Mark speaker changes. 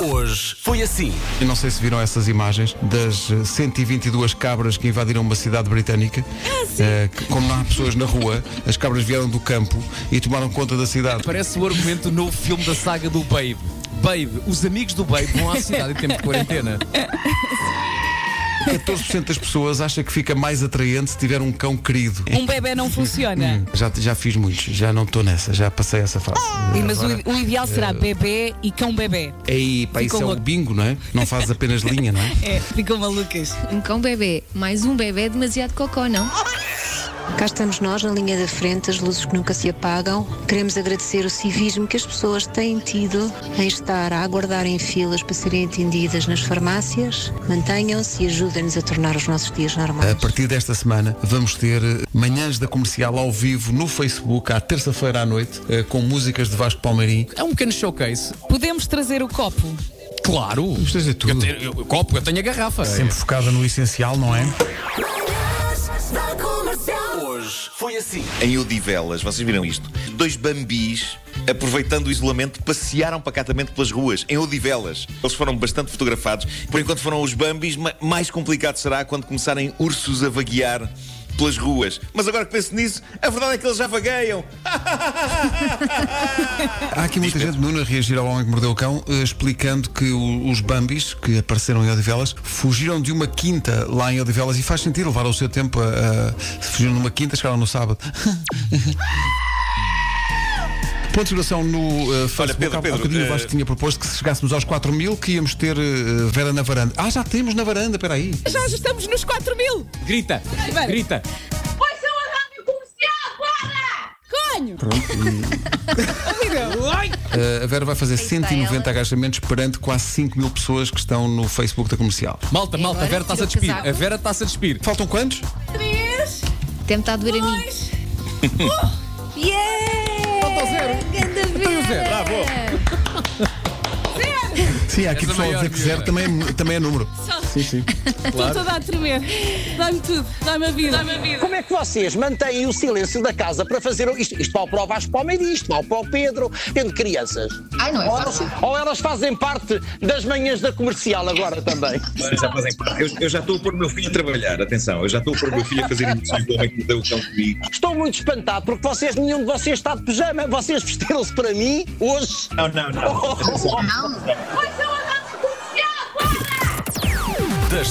Speaker 1: Hoje foi assim.
Speaker 2: Eu não sei se viram essas imagens das eh, 122 cabras que invadiram uma cidade britânica. Eh, que, como não há pessoas na rua, as cabras vieram do campo e tomaram conta da cidade.
Speaker 3: Parece o argumento do novo filme da saga do Babe. Babe, os amigos do Babe vão à cidade em tempo de quarentena.
Speaker 2: 14% das pessoas acha que fica mais atraente se tiver um cão querido.
Speaker 4: Um bebê não funciona.
Speaker 2: Hum, Já, já fiz muitos, já não estou nessa, já passei essa fase.
Speaker 4: E, Mas o,
Speaker 2: Agora-
Speaker 4: o ideal será bebê e cão bebê.
Speaker 2: Aí, pá, isso
Speaker 4: Ficou
Speaker 2: é o
Speaker 4: louco.
Speaker 2: bingo, não é? Não fazes apenas linha, não é?
Speaker 4: É, ficam malucas.
Speaker 5: Um cão bebê, mais um bebê é demasiado cocó, não?
Speaker 6: Cá estamos nós, na linha da frente, as luzes que nunca se apagam. Queremos agradecer o civismo que as pessoas têm tido em estar a aguardar em filas para serem atendidas nas farmácias. Mantenham-se e ajudem-nos a tornar os nossos dias
Speaker 2: A
Speaker 6: normais.
Speaker 2: partir desta semana vamos ter eh, manhãs da comercial ao vivo no Facebook, à terça-feira à noite, eh, com músicas de Vasco Palmeirim.
Speaker 3: É um pequeno showcase.
Speaker 4: Podemos trazer o copo.
Speaker 3: Claro.
Speaker 2: Isto é tudo.
Speaker 3: Eu tenho, eu- eu- copo, eu tenho a garrafa.
Speaker 2: focada no essencial, não é?
Speaker 1: Hoje foi assim.
Speaker 7: em Odivelas, vocês viram isto? Dois bambis, aproveitando o isolamento, passearam pacatamente pelas ruas, em Odivelas. Eles foram bastante fotografados. Por enquanto foram os bambis, ma- mais complicado será quando começarem ursos a vaguear pelas ruas. Mas agora que penso nisso, a verdade é que eles já vagueiam.
Speaker 2: Há aqui muita gente, Nuno, a reagir ao Homem que Mordeu o Cão, eh, explicando que o- os Bambis, que apareceram em Odivelas, fugiram de uma quinta lá em Odivelas e faz sentido levar o seu tempo a. a fugiram numa quinta, chegaram no sábado. Ponto de situação no eh, Facebook.
Speaker 7: Pedro,
Speaker 2: Há- há
Speaker 7: Pedro,
Speaker 2: bocadinho o
Speaker 7: eh,
Speaker 2: Vasco tinha proposto que se chegássemos aos 4 mil que íamos ter eh, Vera na varanda. Ah, já temos na varanda, peraí.
Speaker 4: Já estamos nos 4 mil!
Speaker 3: Grita,
Speaker 4: Vai.
Speaker 3: grita.
Speaker 8: Ouçam a rádio comercial agora!
Speaker 4: Conho!
Speaker 2: Eh, a Vera vai fazer 190 agachamentos perante quase 5 mil pessoas que estão no Facebook da comercial.
Speaker 3: Malta, malta, a Vera
Speaker 5: agora
Speaker 3: está-se a
Speaker 5: tira o
Speaker 3: despir.
Speaker 5: casaco.
Speaker 3: A Vera está-se a despir.
Speaker 2: Faltam quantos?
Speaker 8: 3,
Speaker 5: Até me está a doer a mim.
Speaker 8: 2, 1. Yeah!
Speaker 3: Oh. Falta o zero. Então
Speaker 5: Ganda
Speaker 3: o Zé,
Speaker 5: Vera!
Speaker 3: bravo.
Speaker 2: Sim, há aqui
Speaker 3: Essa
Speaker 2: pessoal a
Speaker 3: maior
Speaker 2: dizer que
Speaker 3: miúda.
Speaker 2: zero também é, também é número.
Speaker 4: Estou toda a tremer. Dá-me tudo, dá-me a vida. Dá-me a vida.
Speaker 9: Como é que vocês mantêm o silêncio da casa para fazer isto? Isto mal para o Vasco Palmeira, isto mal para o Pedro, tendo crianças.
Speaker 5: Ai, não é
Speaker 9: Ou,
Speaker 5: fácil.
Speaker 9: ou elas fazem parte das manhãs da comercial agora também.
Speaker 10: Já fazem parte. Eu, eu já estou a pôr o meu filho a trabalhar, atenção, eu já estou a pôr o meu filho a fazer emoções do homem que me deu o cão comigo.
Speaker 9: Estou muito espantado porque vocês, nenhum de vocês está de pijama. Vocês vestiram-se para mim hoje.
Speaker 10: Não, não, não. Atenção.
Speaker 8: Ouçam a rádio comercial agora!
Speaker 1: Das